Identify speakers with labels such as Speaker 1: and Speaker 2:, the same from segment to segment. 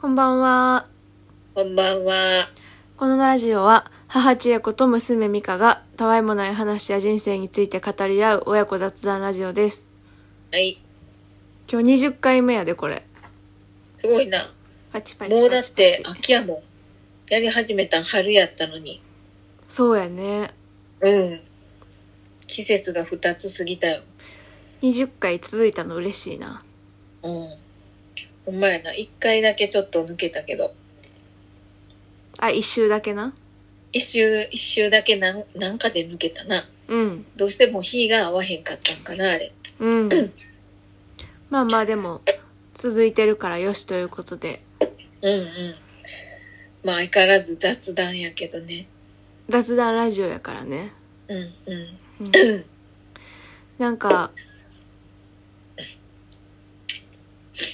Speaker 1: こんばんは。
Speaker 2: こんばんは。
Speaker 1: このラジオは、母千恵子と娘美香が、たわいもない話や人生について語り合う親子雑談ラジオです。
Speaker 2: はい。
Speaker 1: 今日20回目やで、これ。
Speaker 2: すごいな。
Speaker 1: パチパチパチパチ。
Speaker 2: もうだって秋やもん。やり始めたん春やったのに。
Speaker 1: そうやね。
Speaker 2: うん。季節が2つ過ぎたよ。
Speaker 1: 20回続いたの嬉しいな。
Speaker 2: うん。ほんまやな。1回だけちょっと抜けたけど。
Speaker 1: あ、一周だけな。
Speaker 2: 一周、一周だけなんなんかで抜けたな。
Speaker 1: うん。
Speaker 2: どうしても日が合わへんかったんかな、あれ。
Speaker 1: うん。まあまあでも、続いてるからよしということで。
Speaker 2: うんうん。まあ相変わらず雑談やけどね。
Speaker 1: 雑談ラジオやからね。
Speaker 2: うんうん。
Speaker 1: うんなんか、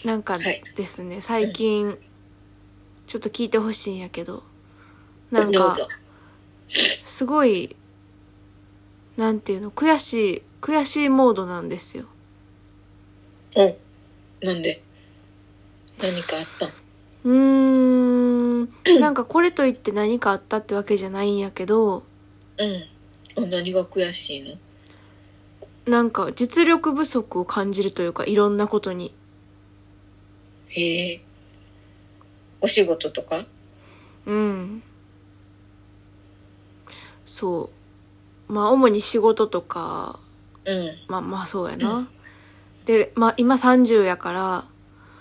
Speaker 1: なんか
Speaker 2: はい
Speaker 1: ですね、最近、ちょっと聞いてほしいんやけど、なん
Speaker 2: どう
Speaker 1: か
Speaker 2: ぞ、。
Speaker 1: すごい、なんていうの、悔しい、悔しいモードなんですよ。
Speaker 2: うん。なんで何かあったん
Speaker 1: うー ん、なんかこれといって何かあったってわけじゃないんやけど、
Speaker 2: うん。あ何が悔しいの
Speaker 1: なんか実力不足を感じるというか、いろんなことに。
Speaker 2: へえ。お仕事とか
Speaker 1: うん。そう。まあ、主に仕事とか、
Speaker 2: うん。
Speaker 1: まあまあそうやな。で、まあ今30やから、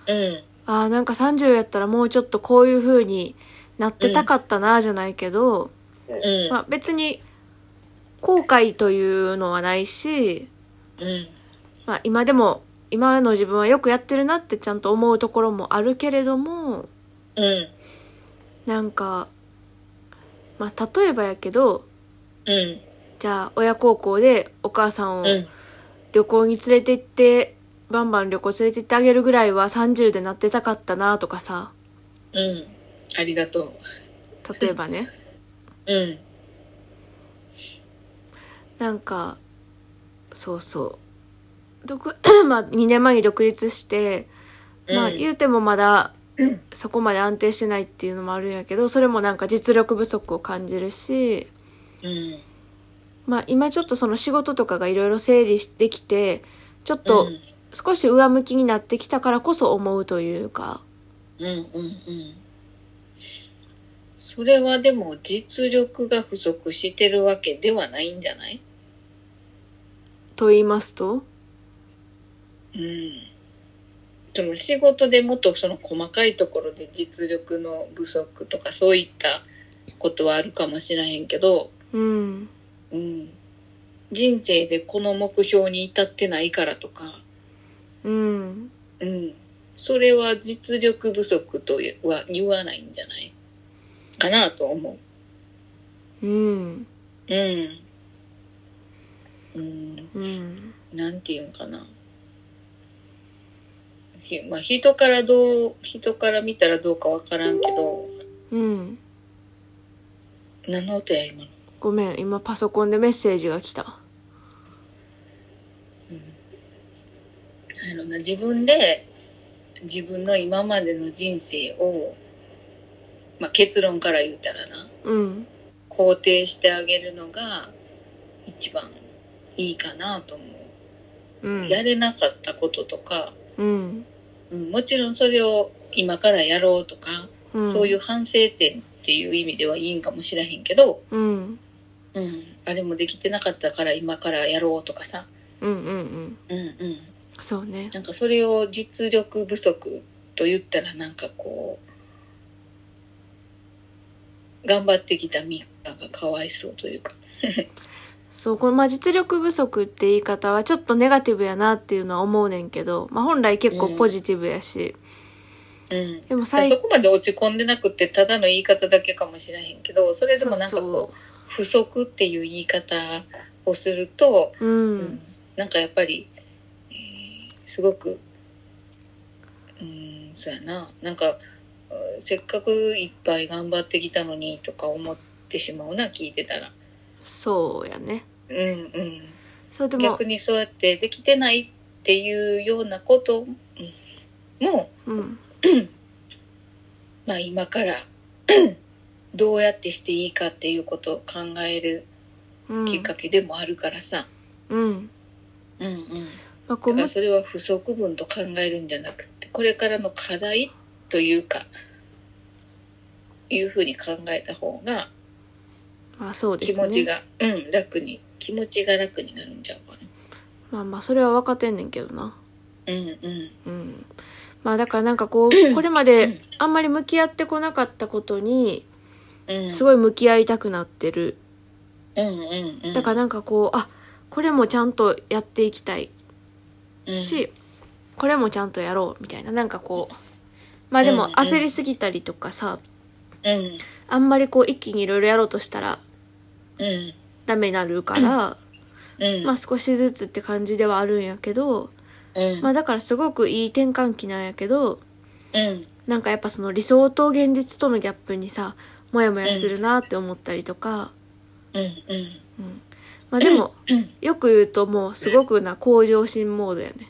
Speaker 2: うん。
Speaker 1: ああ、なんか30やったらもうちょっとこういう風になってたかったな、じゃないけど、
Speaker 2: うん。
Speaker 1: まあ別に後悔というのはないし、
Speaker 2: うん。
Speaker 1: まあ今でも、今の自分はよくやってるなってちゃんと思うところもあるけれども、
Speaker 2: うん。
Speaker 1: なんか、まあ例えばやけど、
Speaker 2: うん。
Speaker 1: じゃあ親孝行でお母さんを
Speaker 2: うん。
Speaker 1: 旅行に連れて行って、バンバン旅行連れて行ってあげるぐらいは30でなってたかったなとかさ
Speaker 2: うん。ありがと
Speaker 1: 例えばね
Speaker 2: う。うん。
Speaker 1: なんかそうそう独 まあ2年前に独立して、まあ
Speaker 2: うん
Speaker 1: 言うてもまだそこまで安定してないっていうのもあるんやけどそれもなんか実力不足を感じるし
Speaker 2: うん。
Speaker 1: まあ今ちょっとその仕事とかがいろいろ整理してきてちょっ
Speaker 2: う
Speaker 1: と
Speaker 2: ん。
Speaker 1: 少し上向きになってきたからこそ思うというか。
Speaker 2: うん。うん。うん。それはでも実力が不足してるわけではないんじゃない
Speaker 1: と言いますと
Speaker 2: うん。その仕事でもっとその細かいところで実力の不足とかそういったことはあるかもしれへんけど、
Speaker 1: うん
Speaker 2: うん、人生でこの目標に至ってないからとか、
Speaker 1: うん
Speaker 2: うん、それは実力不足とは言わないんじゃないかなと思
Speaker 1: うん
Speaker 2: う。うん。うん、
Speaker 1: うん
Speaker 2: なんていうんかな。ひまあ、人からどう、人から見たらどうかわからんけど、
Speaker 1: うん
Speaker 2: 何の音や今の。
Speaker 1: ごめん今パソコンでメッセージが来た
Speaker 2: あのな自分で自分の今までの人生を、まあ、結論から言うたらな
Speaker 1: うん
Speaker 2: 肯定してあげるのが一番いいかなと思う、
Speaker 1: うん
Speaker 2: やれなかったこととか、
Speaker 1: うん
Speaker 2: うん、もちろんそれを今からやろうとか、
Speaker 1: うん
Speaker 2: そういう反省点っていう意味ではいいんかもしれへんけど、
Speaker 1: うん
Speaker 2: うん、あれもできてなかったから今からやろうとかさ、
Speaker 1: うんうんうん
Speaker 2: うんうん、
Speaker 1: そうね
Speaker 2: なんかそれを実力不足と言ったらなんかこう頑張ってきたミカがかわいそうというか
Speaker 1: そうこのまあ実力不足って言い方はちょっとネガティブやなっていうのは思うねんけど、まあ、本来結構ポジティブやし、
Speaker 2: うん
Speaker 1: でも
Speaker 2: そ
Speaker 1: 最
Speaker 2: こまで落ち込んでなくてただの言い方だけかもしれへんけどそれでもなんかこう不足っていう言い方をすると、
Speaker 1: うう
Speaker 2: うん
Speaker 1: ん
Speaker 2: なんかやっぱり、えーすごくうんそうやななんかうんせっかくいっぱい頑張ってきたのにとか思ってしまうな聞いてたら。
Speaker 1: そうやね
Speaker 2: うんうん
Speaker 1: そうでも
Speaker 2: 逆にそうやってできてないっていうようなことも
Speaker 1: うん
Speaker 2: まあ今から どうやってしていいかっていうことを考える
Speaker 1: うん
Speaker 2: きっかけでもあるからさ、
Speaker 1: うん
Speaker 2: うんうん、
Speaker 1: まあこ
Speaker 2: だ
Speaker 1: う
Speaker 2: から
Speaker 1: む
Speaker 2: それは不足分と考えるんじゃなくてこれからの課題というかいうふうに考えた方が
Speaker 1: まあそうで
Speaker 2: 気
Speaker 1: す
Speaker 2: 持ち
Speaker 1: ね
Speaker 2: が、うん楽に気持ちが楽になるんじゃうか
Speaker 1: まあまあそれは分かってんねんけどな
Speaker 2: なうんうん
Speaker 1: うんまあだからなんかこうこれまであんまり向き合ってこなかったことに
Speaker 2: うん
Speaker 1: すごい向き合いたくなってる
Speaker 2: うんうんうん
Speaker 1: だからなんかこうあこれもちゃんとやっていきたい
Speaker 2: うん
Speaker 1: し、これもちゃんとやろうみたいななんかこうまあでも
Speaker 2: うんうん
Speaker 1: 焦りすぎたりとかさ
Speaker 2: うん
Speaker 1: あんまりこう一気にいろいろやろうとしたら
Speaker 2: うん
Speaker 1: ダメになるから、
Speaker 2: うん
Speaker 1: まあ少しずつって感じではあるんやけど、
Speaker 2: うん
Speaker 1: まあだからすごくいい転換期なんやけど
Speaker 2: うん
Speaker 1: なんかやっぱその理想と現実とのギャップにさモヤモヤするなって思ったりとか、
Speaker 2: うんうん
Speaker 1: うん、まあでもよく言うともうすごくな向上心モードやね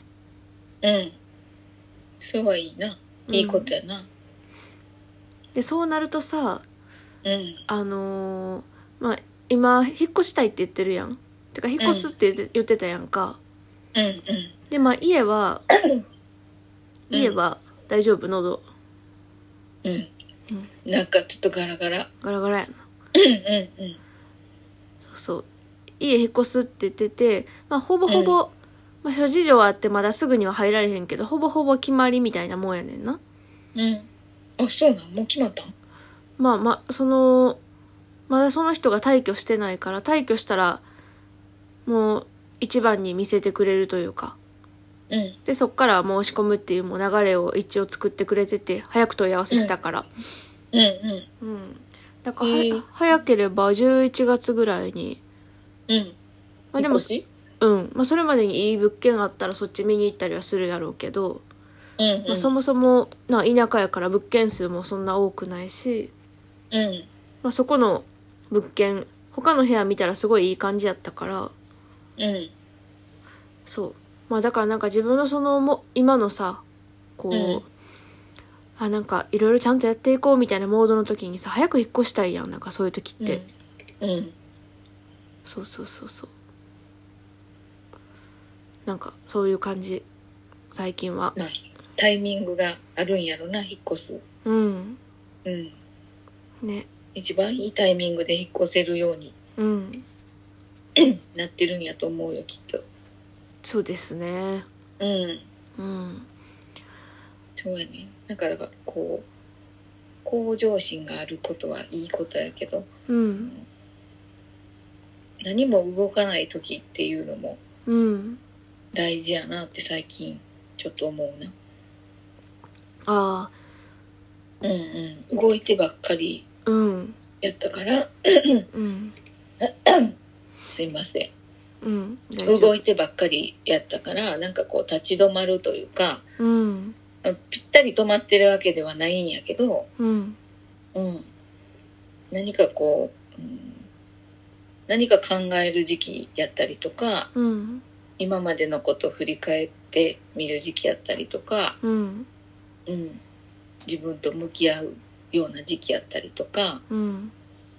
Speaker 2: うんすごいいいな
Speaker 1: うん
Speaker 2: いいことやな
Speaker 1: でそうなるとさ
Speaker 2: うん
Speaker 1: あのーまあ今引っ越したいって言ってるやんてか引っ越すって言って言ってたやんか、
Speaker 2: うんうん
Speaker 1: でまあ家は
Speaker 2: うん
Speaker 1: 家は大丈夫喉
Speaker 2: うんなんかちょっとガラガラ
Speaker 1: ガラガラやな
Speaker 2: うんうんうん
Speaker 1: そうそう家引っ越すって言ってて、まあ、ほぼほぼ、まあ、諸事情はあってまだすぐには入られへんけどほぼほぼ決まりみたいなもんやねんな
Speaker 2: うん。あ、そうなんもう決まったん
Speaker 1: まあまあそのまだその人が退去してないから退去したらもう一番に見せてくれるというか
Speaker 2: うん。
Speaker 1: でそっから申し込むっていうもう流れを一応作ってくれてて早く問い合わせしたから
Speaker 2: うんう
Speaker 1: うん、だからは、
Speaker 2: へえ
Speaker 1: 早ければ11月ぐらいに
Speaker 2: ん。うん。
Speaker 1: まあでも
Speaker 2: 引っ越し
Speaker 1: うん、まあ、それまでにいい物件があったらそっち見に行ったりはするやろうけど、
Speaker 2: うんうん。
Speaker 1: まあ、そもそもな田舎やから物件数もそんな多くないし、
Speaker 2: うん。
Speaker 1: まあ、そこの物件他の部屋見たらすごいいい感じやったから
Speaker 2: うん。
Speaker 1: そうまあだからなんか自分のそのも今のさこう、
Speaker 2: うん
Speaker 1: あなんかいろいろちゃんとやっていこうみたいなモードの時にさ早く引っ越したいやんなんかそういう時って、
Speaker 2: うん。うん。
Speaker 1: そうそうそうそうなんかそういう感じ最近は
Speaker 2: まあ、タイミングがあるんやろな、引っ越す。
Speaker 1: うん
Speaker 2: うん。
Speaker 1: ね
Speaker 2: 一番いいタイミングで引っ越せるように
Speaker 1: うん
Speaker 2: なってるんやと思うよ、きっと。
Speaker 1: そうですね
Speaker 2: うん。
Speaker 1: うん
Speaker 2: そうやね。なんか、だから、こう、向上心があることはいいことやけど、
Speaker 1: うん
Speaker 2: 何も動かない時っていうのも
Speaker 1: うん
Speaker 2: 大事やなって最近ちょっと思うな。
Speaker 1: あ
Speaker 2: うんうん。動いてばっかり
Speaker 1: あうん
Speaker 2: やったから
Speaker 1: うん
Speaker 2: すいませ
Speaker 1: うん大
Speaker 2: ん
Speaker 1: 丈
Speaker 2: 動
Speaker 1: 夫
Speaker 2: いてばっかりやったからなんかこう立ち止まるというか
Speaker 1: うん
Speaker 2: ぴったり止まってるわけではないんやけど、
Speaker 1: うん
Speaker 2: うん、何かこう、うん、何か考える時期やったりとか
Speaker 1: うん
Speaker 2: 今までのことを振り返ってみる時期やったりとか、
Speaker 1: うん
Speaker 2: うん、自分と向き合うような時期やったりとか、
Speaker 1: うん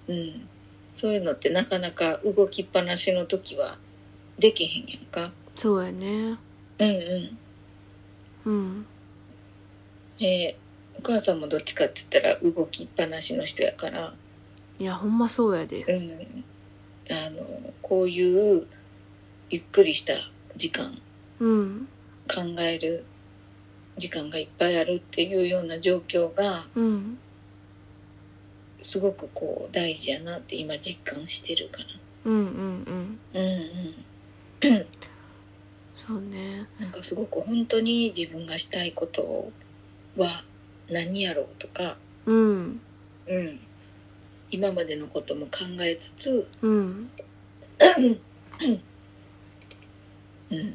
Speaker 2: うん、そういうのってなかなか動きっぱなしの時はできへんやんか。
Speaker 1: そうやね
Speaker 2: うんう
Speaker 1: う
Speaker 2: ん
Speaker 1: ん
Speaker 2: えーお母さんもどっちかって言ったら動きっぱなしの人やから、
Speaker 1: いやほんまそうやで
Speaker 2: うん、あのこういうゆっくりした時間
Speaker 1: うん
Speaker 2: 考える時間がいっぱいあるっていうような状況が
Speaker 1: うん
Speaker 2: すごくこう大事やなって今実感してるか
Speaker 1: うんうんうん
Speaker 2: ら、うんうん、
Speaker 1: そうね
Speaker 2: なんかすごく本当に自分がしたいことは何やろうとか、
Speaker 1: うん
Speaker 2: うん、今までのことも考えつつ
Speaker 1: うん
Speaker 2: うん、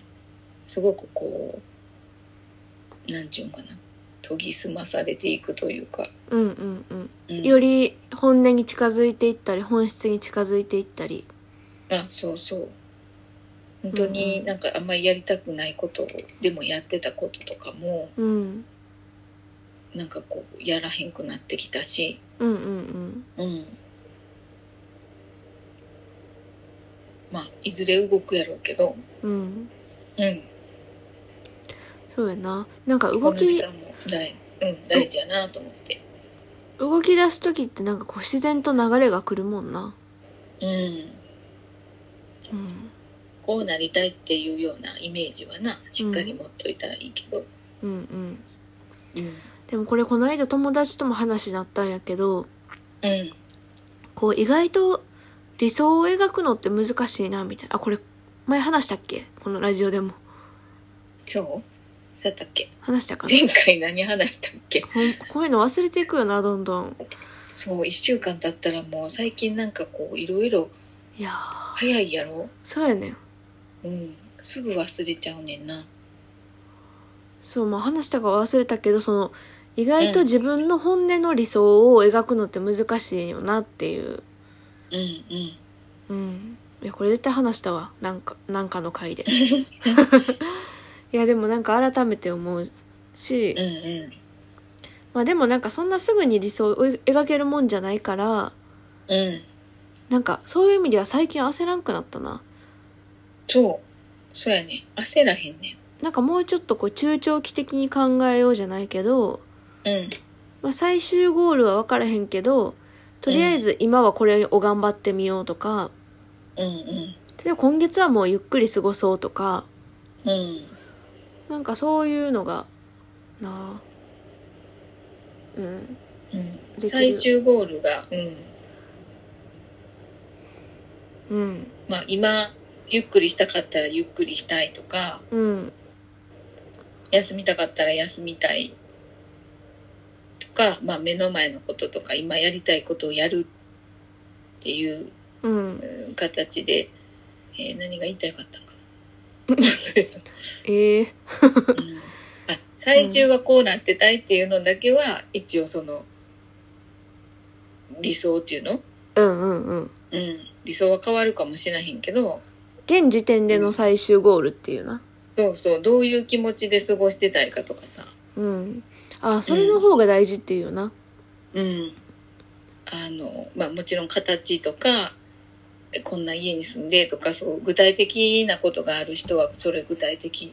Speaker 2: すごくこうなんていうんかな研ぎ澄まされていくというか、
Speaker 1: うんうんうん
Speaker 2: うん、
Speaker 1: より本音に近づいていったり本質に近づいていったり
Speaker 2: あそうそう本当
Speaker 1: う
Speaker 2: に
Speaker 1: ん
Speaker 2: なんかあんまりやりたくないことでもやってたこととかも
Speaker 1: うん
Speaker 2: なんかこうやらへんくなってきたし、
Speaker 1: うんうんうん
Speaker 2: うん、まあいずれ動くやろうけど、
Speaker 1: うん
Speaker 2: うん、
Speaker 1: そうやななんか動
Speaker 2: この時
Speaker 1: き
Speaker 2: 間も大,、うん、大事やなと思って、
Speaker 1: 動き出す時ってなんかこう自然と流れが来るもんな
Speaker 2: うん、
Speaker 1: うん
Speaker 2: こうなりたいっていうようなイメージはなしっかり持っといたらいいけど、
Speaker 1: うんうん
Speaker 2: うん
Speaker 1: でもこれこの間友達とも話になったんやけど
Speaker 2: うん
Speaker 1: こう意外と理想を描くのって難しいなみたいなあこれ前話したっけこのラジオでも
Speaker 2: 今日さったっけ
Speaker 1: 話したかな
Speaker 2: 前回何話したっけ
Speaker 1: ほんこういうの忘れていくよなどんどん
Speaker 2: そう1週間経ったらもう最近なんかこういろいろ
Speaker 1: いやー
Speaker 2: 早いやろ
Speaker 1: そうやねん
Speaker 2: うんすぐ忘れちゃうねんな
Speaker 1: そうまあ話したか忘れたけどその意外と自分の本音の理想を描くのって難しいよなっていう
Speaker 2: うんうん
Speaker 1: うんいやこれ絶対話したわなんかなんかの 回でいやでもなんか改めて思うし、
Speaker 2: うんうん
Speaker 1: まあでもなんかそんなすぐに理想を描けるもんじゃないから
Speaker 2: うん
Speaker 1: なんかそういう意味では最近焦らんくなったな
Speaker 2: そうそうやね焦らへんね
Speaker 1: なんかもうちょっとこう中長期的に考えようじゃないけど、
Speaker 2: んうん
Speaker 1: まあ、最終ゴールは分からへんけどとりあえず今はこれを頑張ってみようとか、
Speaker 2: うん
Speaker 1: 例えば今月はもうゆっくり過ごそうとか
Speaker 2: うんうん
Speaker 1: なんかそういうのがなあうん
Speaker 2: うん
Speaker 1: できる
Speaker 2: 最終ゴールがうん
Speaker 1: うん
Speaker 2: まあ今ゆっくりしたかったらゆっくりしたいとか
Speaker 1: うん
Speaker 2: 休みたかったら休みたいとか、まあ、目の前のこととか今やりたいことをやるっていう
Speaker 1: うん
Speaker 2: うん形で、えー何が言いたいかったんかな 忘れた、
Speaker 1: ええ
Speaker 2: うんあ最終はこうなってたいっていうのだけは一応その理想っていうの、
Speaker 1: うんうんうん
Speaker 2: うん、理想は変わるかもしれへんけど
Speaker 1: 現時点での最終ゴールっていうな
Speaker 2: そうそうどういう気持ちで過ごしてたいかとかさ
Speaker 1: うんあそれの方が大事っていうよな
Speaker 2: うん、あのまあもちろん形とかえこんな家に住んでとかそう具体的なことがある人はそれ具体的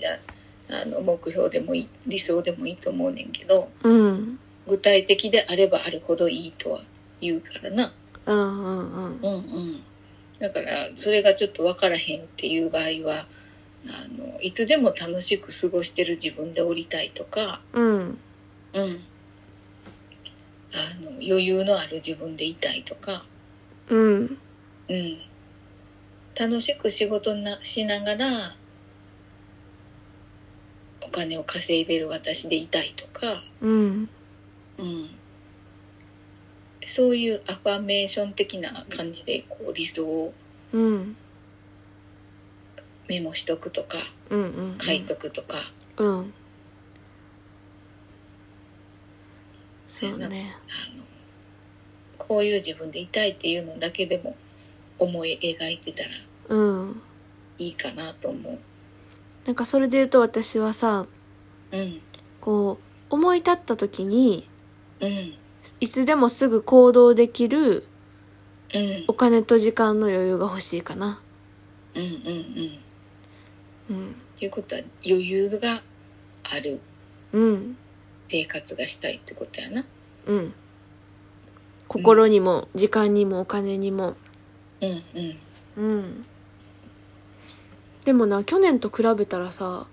Speaker 2: なあの目標でもいい理想でもいいと思うねんけど
Speaker 1: うん
Speaker 2: 具体的であればあるほどいいとは言うからな
Speaker 1: うんうんうん
Speaker 2: うんうんだからそれがちょっと分からへんっていう場合はあのいつでも楽しく過ごしてる自分でおりたいとか、
Speaker 1: うん
Speaker 2: うん、あの余裕のある自分でいたいとか、
Speaker 1: うん
Speaker 2: うん、楽しく仕事なしながらお金を稼いでる私でいたいとか、
Speaker 1: うん
Speaker 2: うん、そういうアファメーション的な感じでこう理想を
Speaker 1: うん
Speaker 2: メモしとくとか
Speaker 1: うんうん
Speaker 2: 書いとくとか、
Speaker 1: うんそうね
Speaker 2: あのこういう自分でいたいっていうのだけでも思い描いてたら
Speaker 1: うん
Speaker 2: いいかなと思う。
Speaker 1: なんかそれで言うと私はさ
Speaker 2: うん
Speaker 1: こう思い立った時に
Speaker 2: うん
Speaker 1: いつでもすぐ行動できる
Speaker 2: うん
Speaker 1: お金と時間の余裕が欲しいかな
Speaker 2: うんうんうん
Speaker 1: うん
Speaker 2: っていうことは余裕がある
Speaker 1: うん
Speaker 2: 生活がしたいってことやな。
Speaker 1: うん心にも時間にもお金にも
Speaker 2: うんうん
Speaker 1: うんでもな去年と比べたらさ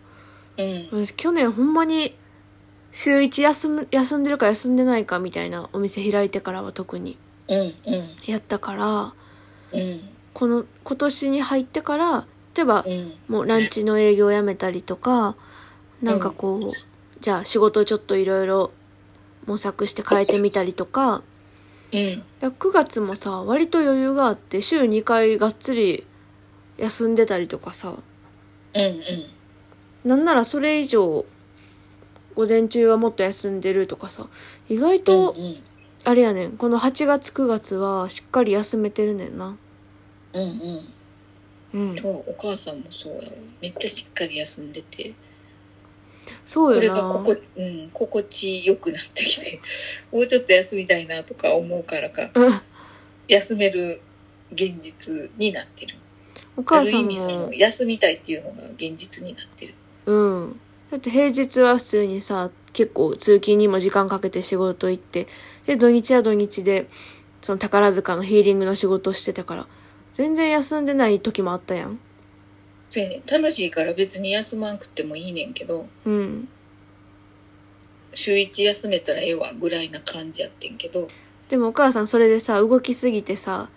Speaker 2: うん
Speaker 1: 私去年ほんまに週1休む休んでるか休んでないかみたいなお店開いてからは特に
Speaker 2: うんうん
Speaker 1: やったから
Speaker 2: うん
Speaker 1: この今年に入ってから例えば
Speaker 2: うん
Speaker 1: もうランチの営業やめたりとかなんかこう、じゃあ仕事をちょっといろいろ模索して変えてみたりとか
Speaker 2: うん
Speaker 1: だから9月もさ割と余裕があって週2回がっつり休んでたりとかさ
Speaker 2: うん
Speaker 1: なんならそれ以上午前中はもっと休んでるとかさ意外と、
Speaker 2: うん
Speaker 1: あれやねんこの8月9月はしっかり休めてるねんな
Speaker 2: うんうん
Speaker 1: うん
Speaker 2: そうお母さんもそうやわめっちゃしっかり休んでて
Speaker 1: そう
Speaker 2: これ
Speaker 1: よ
Speaker 2: が
Speaker 1: な
Speaker 2: ここ、うん、心地よくなってきて、もうちょっと休みたいなとか思うからか、
Speaker 1: うん
Speaker 2: 休める現実になってる。
Speaker 1: お
Speaker 2: あ
Speaker 1: 母
Speaker 2: る
Speaker 1: さ
Speaker 2: 意
Speaker 1: ん
Speaker 2: 味その
Speaker 1: も
Speaker 2: 休みたいっていうのが現実になってる。
Speaker 1: うんだって平日は普通にさ結構通勤にも時間かけて仕事行ってで土日は土日でその宝塚のヒーリングの仕事してたから全然休んでない時もあったやん
Speaker 2: そうやね、楽しいから別に休まんくってもいいねんけど、
Speaker 1: うん
Speaker 2: 週一休めたらええわぐらいな感じやってんけど、
Speaker 1: でもお母さんそれでさ動きすぎてさ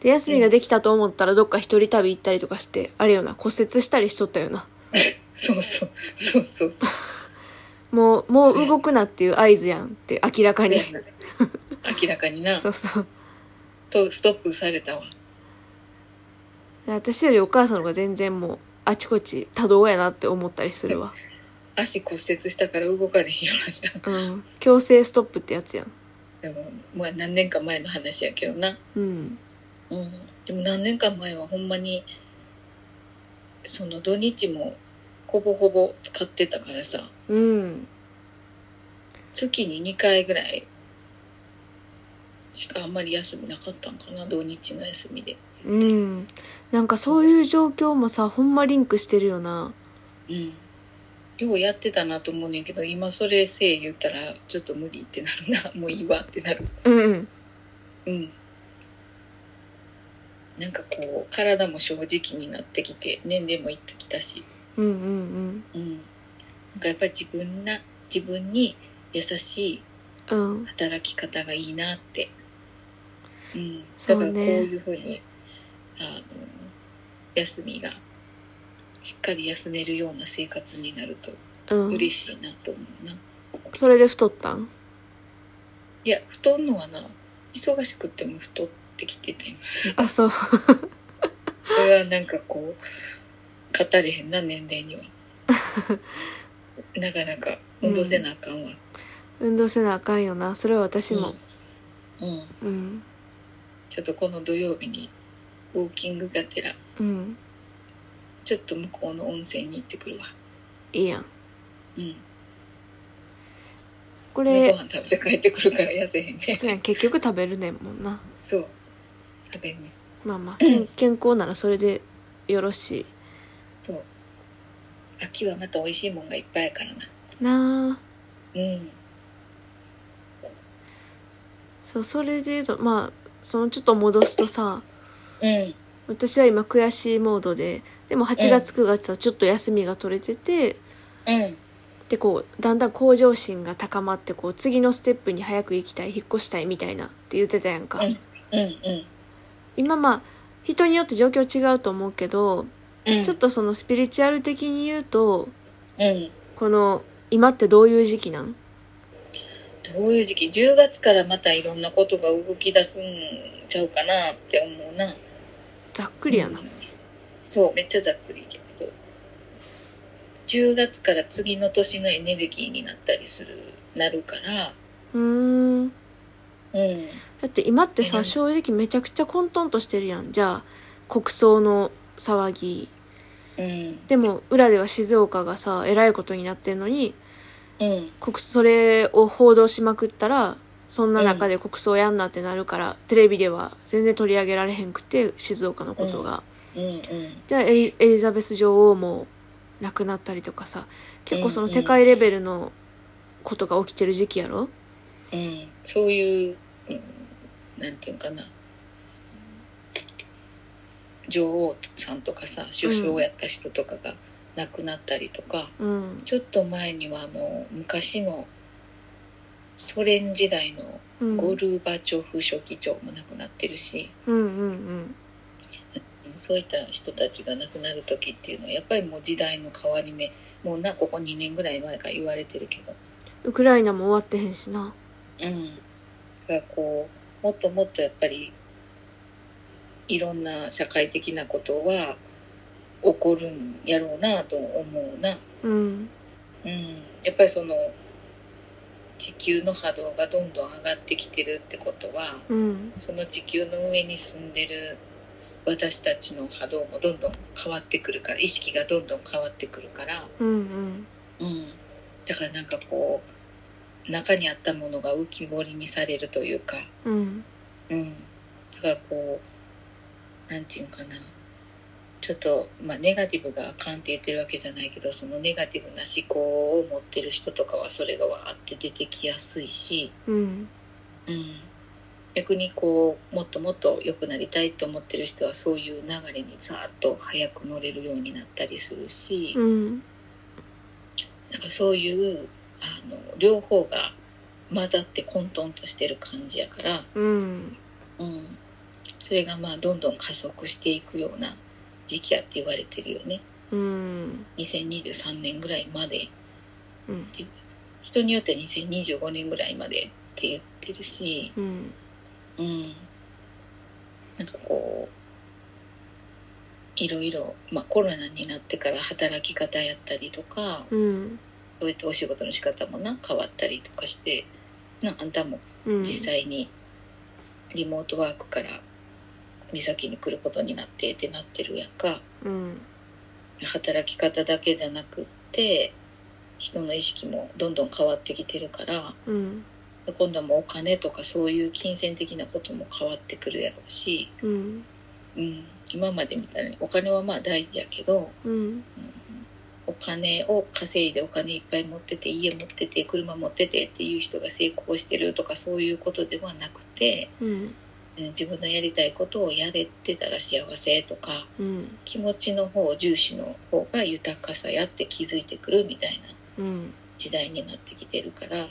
Speaker 1: で休みができたと思ったらどっか一人旅行ったりとかしてあれよな骨折したりしとったよな
Speaker 2: そうそう、そうそうそう。
Speaker 1: もうもう動くなっていう合図やんって明らかに
Speaker 2: そうやな明らかにな、
Speaker 1: そうそう
Speaker 2: とストップされたわ。
Speaker 1: 私よりお母さんの方が全然もうあちこち多動やなって思ったりするわ
Speaker 2: 足骨折したから動かれへんようになった。
Speaker 1: うん強制ストップってやつやん
Speaker 2: でも、まあ何年か前の話やけどな。
Speaker 1: うん
Speaker 2: うん、でも何年か前はほんまにその土日もほぼほぼ使ってたからさ
Speaker 1: うん
Speaker 2: 月に2回ぐらいしかあんまり休みなかったんかな土日の休みで、
Speaker 1: うんなんかそういう状況もさほんまリンクしてるよな
Speaker 2: うん、ようやってたなと思うねんけど今それせい言ったらちょっと無理ってなるな もういいわってなる
Speaker 1: うんうん
Speaker 2: うんなんかこう体も正直になってきて年齢もいってきたし
Speaker 1: うんうん
Speaker 2: うん、なんかやっぱり自分な自分に優しい
Speaker 1: うんうん
Speaker 2: 働き方がいいなって、うん、
Speaker 1: そう
Speaker 2: だからこう
Speaker 1: ね
Speaker 2: いうふうにあの休みがしっかり休めるような生活になると
Speaker 1: うん
Speaker 2: 嬉しいなと思うな、
Speaker 1: それで太ったん
Speaker 2: いや太んのはな忙しくても太ってきてて
Speaker 1: あそう
Speaker 2: これはなんかこう語れへんな年齢 にはなかなか戻せなあかんわ、
Speaker 1: 運動せなあかんよなそれは私も
Speaker 2: うん、うん
Speaker 1: うん
Speaker 2: ちょっとこの土曜日にウォーキングがてら
Speaker 1: うん
Speaker 2: ちょっと向こうの温泉に行ってくるわ
Speaker 1: いいやん
Speaker 2: うん
Speaker 1: こ
Speaker 2: でご
Speaker 1: れ
Speaker 2: 飯食べて帰ってくるから痩せへんね
Speaker 1: そうやん結局食べるねんもんな
Speaker 2: そう食べんね
Speaker 1: まあまあ健健康ならそれでよろし
Speaker 2: そう秋はまた美味しいもんがいっぱいやからない
Speaker 1: なあ
Speaker 2: うん
Speaker 1: そうそれで言うとまあそのちょっと戻すとさ
Speaker 2: うん
Speaker 1: 私は今悔しいモードででも8月9月はちょっと休みが取れてて、
Speaker 2: うん
Speaker 1: でこうだんだん向上心が高まってこう次のステップに早く行きたい引っ越したいみたいなって言ってたやんか、
Speaker 2: うんうん
Speaker 1: 今まあ人によって状況違うと思うけど、
Speaker 2: うん
Speaker 1: ちょっとそのスピリチュアル的に言うと
Speaker 2: うん
Speaker 1: この今ってどういう時期なん
Speaker 2: どういう時期10月からまたいろんなことが動き出すんちゃうかなって思うな
Speaker 1: ざっくりやな
Speaker 2: うんそうめっちゃざっくりだけど10月から次の年のエネルギーになったりするなるから
Speaker 1: うーん
Speaker 2: うん
Speaker 1: だって今って
Speaker 2: え
Speaker 1: さ
Speaker 2: 何
Speaker 1: 正直めちゃくちゃ混沌としてるやんじゃあ国葬の騒ぎ
Speaker 2: うん
Speaker 1: でも裏では静岡がさえらいことになってんのに
Speaker 2: うん
Speaker 1: 国それを報道しまくったらそんな中で国葬やんなってなるから、テレビでは全然取り上げられへんくて静岡のことが、
Speaker 2: うん
Speaker 1: じゃあエリエリザベス女王も亡くなったりとかさ結構その
Speaker 2: うんうん
Speaker 1: 世界レベルのことが起きてる時期やろ
Speaker 2: うんうんそういう、うん、なんていうんかな女王さんとかさ首相やった人とかが亡くなったりとか、
Speaker 1: うん
Speaker 2: ちょっと前にはあの昔のソ連時代の
Speaker 1: うんう
Speaker 2: ゴ
Speaker 1: ん
Speaker 2: ルバチョフ書記長も亡くなってるし、
Speaker 1: うん
Speaker 2: そういった人たちが亡くなる時っていうのはやっぱりもう時代の変わり目もうなここ2年ぐらい前から言われてるけど、
Speaker 1: ウクライナも終わってへんしな
Speaker 2: うん、がこうもっともっとやっぱりいろんな社会的なことは起こるんやろうなと思うな。
Speaker 1: うん
Speaker 2: うん、やっぱりその地球の波動がどんどん上がってきてるってことは
Speaker 1: うん
Speaker 2: その地球の上に住んでる私たちの波動もどんどん変わってくるから意識がどんどん変わってくるから、
Speaker 1: うんうん
Speaker 2: うん、だからなんかこう中にあったものが浮き彫りにされるというか、
Speaker 1: うん
Speaker 2: うん、だからこうなんていうんかなちょっと、まあ、ネガティブがあかんって言ってるわけじゃないけどそのネガティブな思考を持ってる人とかはそれがわーって出てきやすいし、
Speaker 1: うん
Speaker 2: うん、逆にこうもっともっと良くなりたいと思ってる人はそういう流れにさーっと早く乗れるようになったりするし。
Speaker 1: うん
Speaker 2: なんかそういうあの両方が混ざって混沌としてる感じやから、
Speaker 1: うん
Speaker 2: うん、それがまあどんどん加速していくような時期やって言われてるよね
Speaker 1: うん
Speaker 2: 2023年ぐらいまで
Speaker 1: うん
Speaker 2: 人によっては2025年ぐらいまでって言ってるし、
Speaker 1: うん
Speaker 2: うん、なんかこういろいろ、まあ、コロナになってから働き方やったりとか、
Speaker 1: うん
Speaker 2: そういったお仕事の仕方もな変わったりとかしてなあんたも
Speaker 1: うん
Speaker 2: 実際にリモートワークから三崎に来ることになってってなってるやんか
Speaker 1: うん
Speaker 2: 働き方だけじゃなくって人の意識もどんどん変わってきてるから
Speaker 1: うん
Speaker 2: 今度はもうお金とかそういう金銭的なことも変わってくるやろうし、
Speaker 1: うん
Speaker 2: うん、今までみたいにお金はまあ大事やけど
Speaker 1: うん
Speaker 2: お金を稼いでお金いっぱい持ってて家持ってて車持っててっていう人が成功してるとかそういうことではなくて
Speaker 1: うん
Speaker 2: うん自分のやりたいことをやれてたら幸せとか
Speaker 1: うん
Speaker 2: 気持ちの方重視の方が豊かさやって気づいてくるみたいな
Speaker 1: うん
Speaker 2: 時代になってきてるからうん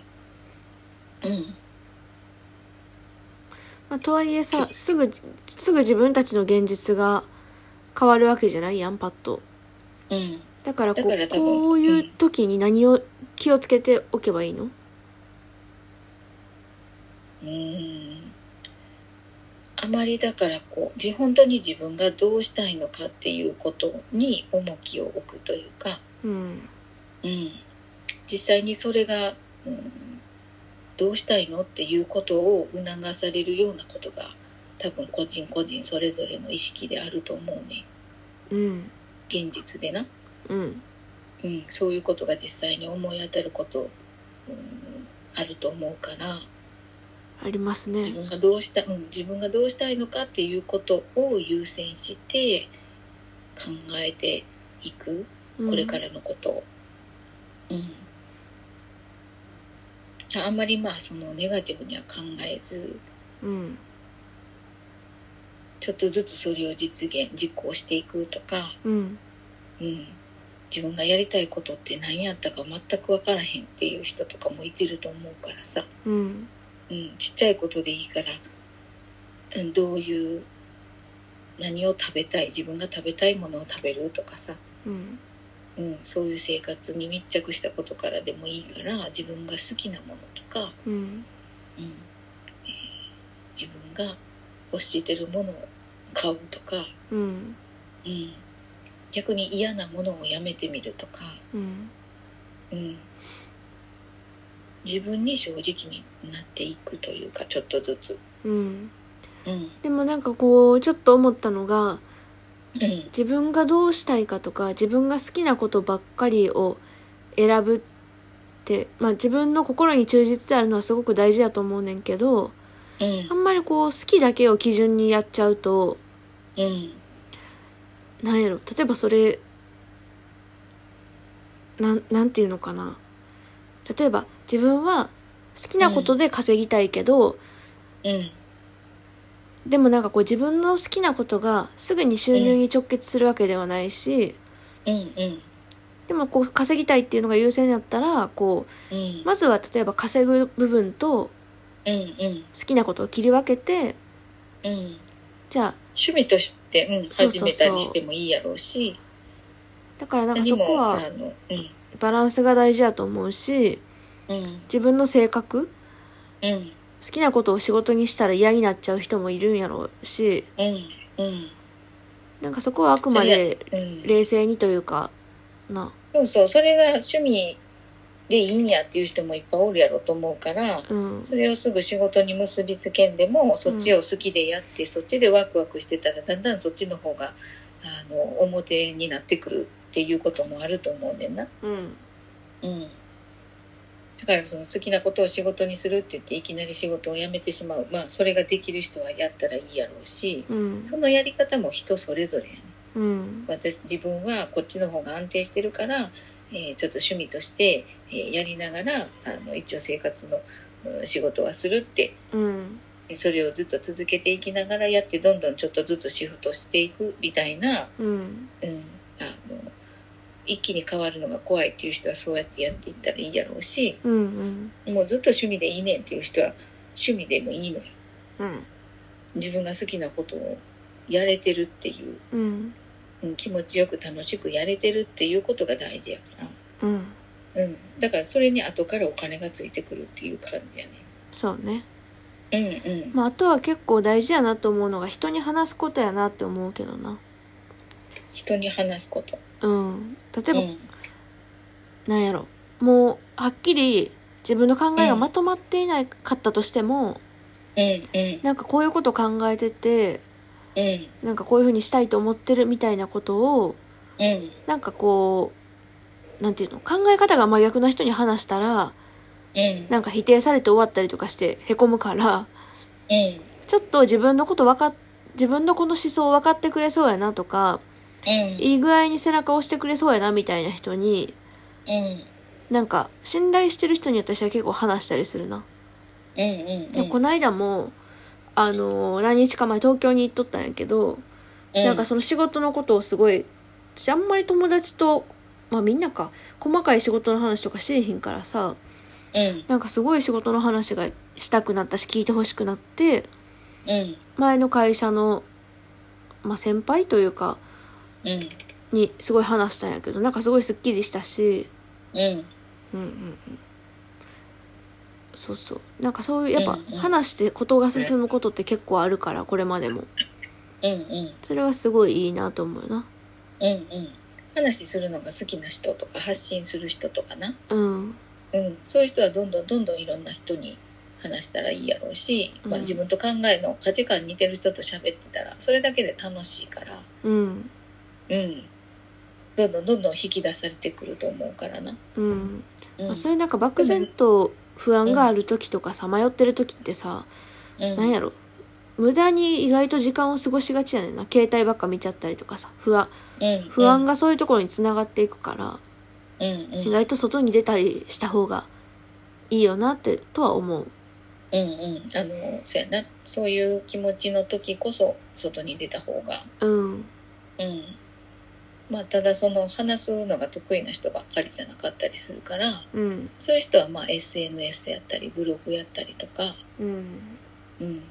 Speaker 1: まあ、とはいえさすぐすぐ自分たちの現実が変わるわけじゃないやんパッと
Speaker 2: うん
Speaker 1: だからこう
Speaker 2: だから多分
Speaker 1: こういう時に何を気をつけておけばいいの
Speaker 2: うんあまりだからこうじ本当に自分がどうしたいのかっていうことに重きを置くというか
Speaker 1: うん
Speaker 2: うん、実際にそれが、うん、どうしたいのっていうことを促されるようなことが多分個人個人それぞれの意識であると思うね
Speaker 1: うん
Speaker 2: 現実でな、
Speaker 1: うん
Speaker 2: うん、そういうことが実際に思い当たること、うん、あると思うから
Speaker 1: あります
Speaker 2: 自
Speaker 1: ね
Speaker 2: 分がどうした、うん、自分がどうしたいのかっていうことを優先して考えていく
Speaker 1: うん
Speaker 2: これからのことを。うん。あんまりまあそのネガティブには考えず、
Speaker 1: うん
Speaker 2: ちょっとずつそれを実現、実行していくとか、
Speaker 1: うん
Speaker 2: うん。自分がやりたいことって何やったか全くわからへんっていう人とかもいてると思うからさ、
Speaker 1: うん
Speaker 2: うん。ちっちゃいことでいいから、うん、どういう、何を食べたい、自分が食べたいものを食べるとかさ、
Speaker 1: うん
Speaker 2: うん、そういう生活に密着したことからでもいいから自分が好きなものとか、
Speaker 1: うん
Speaker 2: うんえー自分が欲してるものを買うとか、
Speaker 1: うん
Speaker 2: うん、逆に嫌なものをやめてみるとか、
Speaker 1: うん
Speaker 2: うん、自分に正直になっていくというかちょっとずつ。
Speaker 1: うん
Speaker 2: うん
Speaker 1: でもなんかこうちょっと思ったのが
Speaker 2: うん
Speaker 1: 自分がどうしたいかとか自分が好きなことばっかりを選ぶって、まあ、自分の心に忠実であるのはすごく大事だと思うねんけど
Speaker 2: うん
Speaker 1: あんまりこう好きだけを基準にやっちゃうと
Speaker 2: うん
Speaker 1: なんやろ例えばそれなんなんていうのかな例えば自分は好きなことで稼ぎたいけど、
Speaker 2: うん
Speaker 1: でもなんかこう自分の好きなことがすぐに収入に直結するわけではないし、
Speaker 2: うんうん
Speaker 1: でもこう稼ぎたいっていうのが優先だったらこ
Speaker 2: うん
Speaker 1: うまずは例えば稼ぐ部分と
Speaker 2: うんうん
Speaker 1: 好きなことを切り分けて
Speaker 2: うん
Speaker 1: じゃあ
Speaker 2: 趣味として、うん、
Speaker 1: そうそう
Speaker 2: 始
Speaker 1: そう
Speaker 2: めたりしてもいいやろうし
Speaker 1: だからなんか
Speaker 2: 何
Speaker 1: そ
Speaker 2: も
Speaker 1: こは
Speaker 2: あのうん
Speaker 1: バランスが大事だと思うし
Speaker 2: うん
Speaker 1: 自分の性格
Speaker 2: うん
Speaker 1: 好きなことを仕事にしたら嫌になっちゃう人もいるんやろうし
Speaker 2: うんうん
Speaker 1: なんかそこはあくまで
Speaker 2: うん
Speaker 1: 冷静にというかな
Speaker 2: そうそうそれが趣味でいいんやっていう人もいっぱいおるやろと思うから
Speaker 1: うん
Speaker 2: それをすぐ仕事に結びつけんでもそっちを好きでやって、そっちでワクワクしてたらだんだんそっちの方があの表になってくるっていうこともあると思うねんな。
Speaker 1: うん
Speaker 2: うん、だからその好きなことを仕事にするって言っていきなり仕事を辞めてしまうまあそれができる人はやったらいいやろうし
Speaker 1: うん
Speaker 2: そのやり方も人それぞれやね
Speaker 1: うん
Speaker 2: 私自分はこっちの方が安定してるから、えーちょっと趣味として、えーやりながらあの一応生活のうん仕事はするって
Speaker 1: うん
Speaker 2: それをずっと続けていきながらやってどんどんちょっとずつシフトしていくみたいな、
Speaker 1: うん
Speaker 2: うん、あの一気に変わるのが怖いっていう人はそうやってやっていったらいいやろうし
Speaker 1: うんうん
Speaker 2: もうずっと趣味でいいねんっていう人は趣味でもいいのよ
Speaker 1: うん
Speaker 2: 自分が好きなことをやれてるっていう、
Speaker 1: うん
Speaker 2: うん、気持ちよく楽しくやれてるっていうことが大事やから。
Speaker 1: うん
Speaker 2: うん、だからそれに後からお金がついてくるっていう感じや
Speaker 1: そうね
Speaker 2: ね。うんうん。
Speaker 1: まああとは結構大事やなと思うのが人に話すことやなって思うけどな
Speaker 2: 人に話すこと。
Speaker 1: うん例え
Speaker 2: う
Speaker 1: ば、
Speaker 2: ん
Speaker 1: なんやろもうはっきり自分の考えがまとまっていなかったとしても、
Speaker 2: うんうん
Speaker 1: なんかこういうこと考えてて
Speaker 2: うん
Speaker 1: なんかこういうふうにしたいと思ってるみたいなことを
Speaker 2: うん
Speaker 1: なんかこうなんていうの考え方が真逆な人に話したら
Speaker 2: うん
Speaker 1: なんか否定されて終わったりとかしてへこむから
Speaker 2: うん
Speaker 1: ちょっと自分のこと分かっ自分のこの思想を分かってくれそうやなとか
Speaker 2: うん
Speaker 1: いい具合に背中を押してくれそうやなみたいな人に
Speaker 2: うん
Speaker 1: なんか信頼してる人に私は結構話したりするな。
Speaker 2: うん
Speaker 1: でこの間もあの何日か前東京に行っとったんやけど
Speaker 2: うん
Speaker 1: なんかその仕事のことをすごい私あんまり友達とまあみんなか細かい仕事の話とかしいひんからさ
Speaker 2: うん
Speaker 1: なんかすごい仕事の話がしたくなったし聞いてほしくなって
Speaker 2: うん
Speaker 1: 前の会社の、まあ、先輩というか
Speaker 2: うん
Speaker 1: にすごい話したんやけどなんかすごいすっきりしたし
Speaker 2: うん
Speaker 1: うんうんうんそうそうなんかそういうやっぱ
Speaker 2: うんうん
Speaker 1: 話して事が進むことって結構あるからこれまでも
Speaker 2: うんうん
Speaker 1: それはすごいいいなと思うな
Speaker 2: うんうん話するのが好きな人とか発信する人とかな。
Speaker 1: うん
Speaker 2: うんそういう人はどんどんどんどんいろんな人に。話したらいいやろうし、
Speaker 1: う
Speaker 2: まあ、
Speaker 1: ん
Speaker 2: 自分と考えの価値観似てる人と喋ってたらそれだけで楽しいから、
Speaker 1: うん
Speaker 2: うん。どんどんどんどん引き出されてくると思うからな。
Speaker 1: うん
Speaker 2: うん。
Speaker 1: まあ、そういうなんか漠然と不安がある時とかさ迷ってる時ってさ、
Speaker 2: うん
Speaker 1: なんやろ無駄に意外と時間を過ごしがちやねんな携帯ばっか見ちゃったりとかさ不安
Speaker 2: うん、
Speaker 1: 不安がそういうところにつながっていくから、
Speaker 2: うん
Speaker 1: 意外と外に出たりした方がいいよなってとは思う
Speaker 2: うんうんうんあのそうやなそういう気持ちの時こそ外に出た方が
Speaker 1: うん
Speaker 2: うんまあただその話すのが得意な人ばっかりじゃなかったりするから
Speaker 1: うん
Speaker 2: そういう人はまあ SNS やったりブログやったりとか、
Speaker 1: うん
Speaker 2: うん、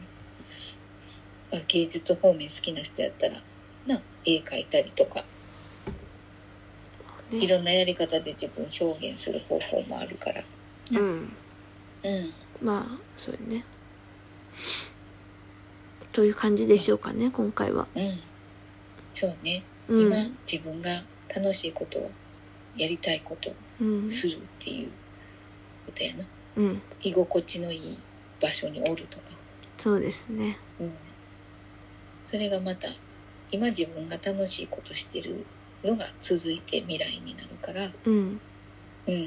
Speaker 2: まあ芸術方面好きな人やったらな絵描いたりとかい
Speaker 1: ね
Speaker 2: ろんなやり方で自分表現する方法もあるから。
Speaker 1: うん
Speaker 2: うん
Speaker 1: まあそうやねという感じでしょうかね今回は
Speaker 2: うん、そうね、
Speaker 1: う
Speaker 2: 今
Speaker 1: ん、
Speaker 2: 自分が楽しいことをやりたいことを
Speaker 1: うん
Speaker 2: するっていうことやな
Speaker 1: うん、
Speaker 2: 居心地のいい場所におるとか、
Speaker 1: そうですね
Speaker 2: うん、それがまた今自分が楽しいことしてるのが続いて未来になるから、
Speaker 1: うん
Speaker 2: うん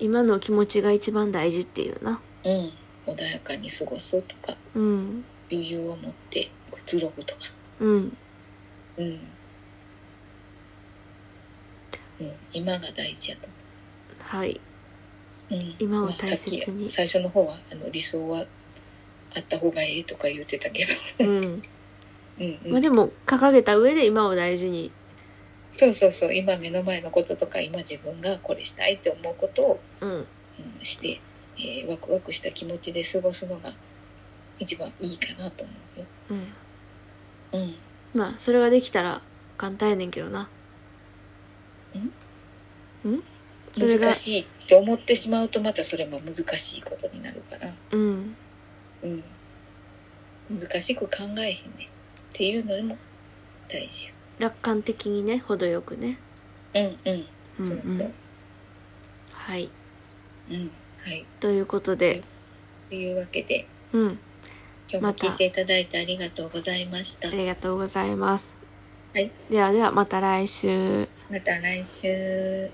Speaker 1: 今の気持ちが一番大事っていうな
Speaker 2: うん、穏やかに過ごそうとか
Speaker 1: うん
Speaker 2: 余裕を持ってくつろぐとか、
Speaker 1: うん
Speaker 2: うんうん、今が大事やと思う
Speaker 1: はい
Speaker 2: うん
Speaker 1: 今を大切に
Speaker 2: まあさっき最初の方はあの理想はあった方がええとか言ってたけど、
Speaker 1: うん
Speaker 2: うんうん
Speaker 1: まあでも掲げた上で今を大事に
Speaker 2: そうそうそう今目の前のこととか今自分がこれしたいって思うことを、
Speaker 1: うん
Speaker 2: うん、して、えーワクワクした気持ちで過ごすのが一番いいかなと思うよ。
Speaker 1: うん
Speaker 2: うん、
Speaker 1: まあそれができたら簡単やねんけどなうんそれが
Speaker 2: 難しいって思ってしまうとまたそれも難しいことになるから、
Speaker 1: うん
Speaker 2: うん、難しく考えへんねっていうのも大事や。
Speaker 1: 楽観的にね程よくね
Speaker 2: うんうん、
Speaker 1: うん
Speaker 2: そううそ
Speaker 1: ん
Speaker 2: う、
Speaker 1: はい
Speaker 2: うん、はい
Speaker 1: ということで
Speaker 2: というわけで
Speaker 1: うん
Speaker 2: 今日も聞いていただいてありがとうございました。
Speaker 1: ありがとうございます
Speaker 2: はい、
Speaker 1: ではではまた来週
Speaker 2: また来週。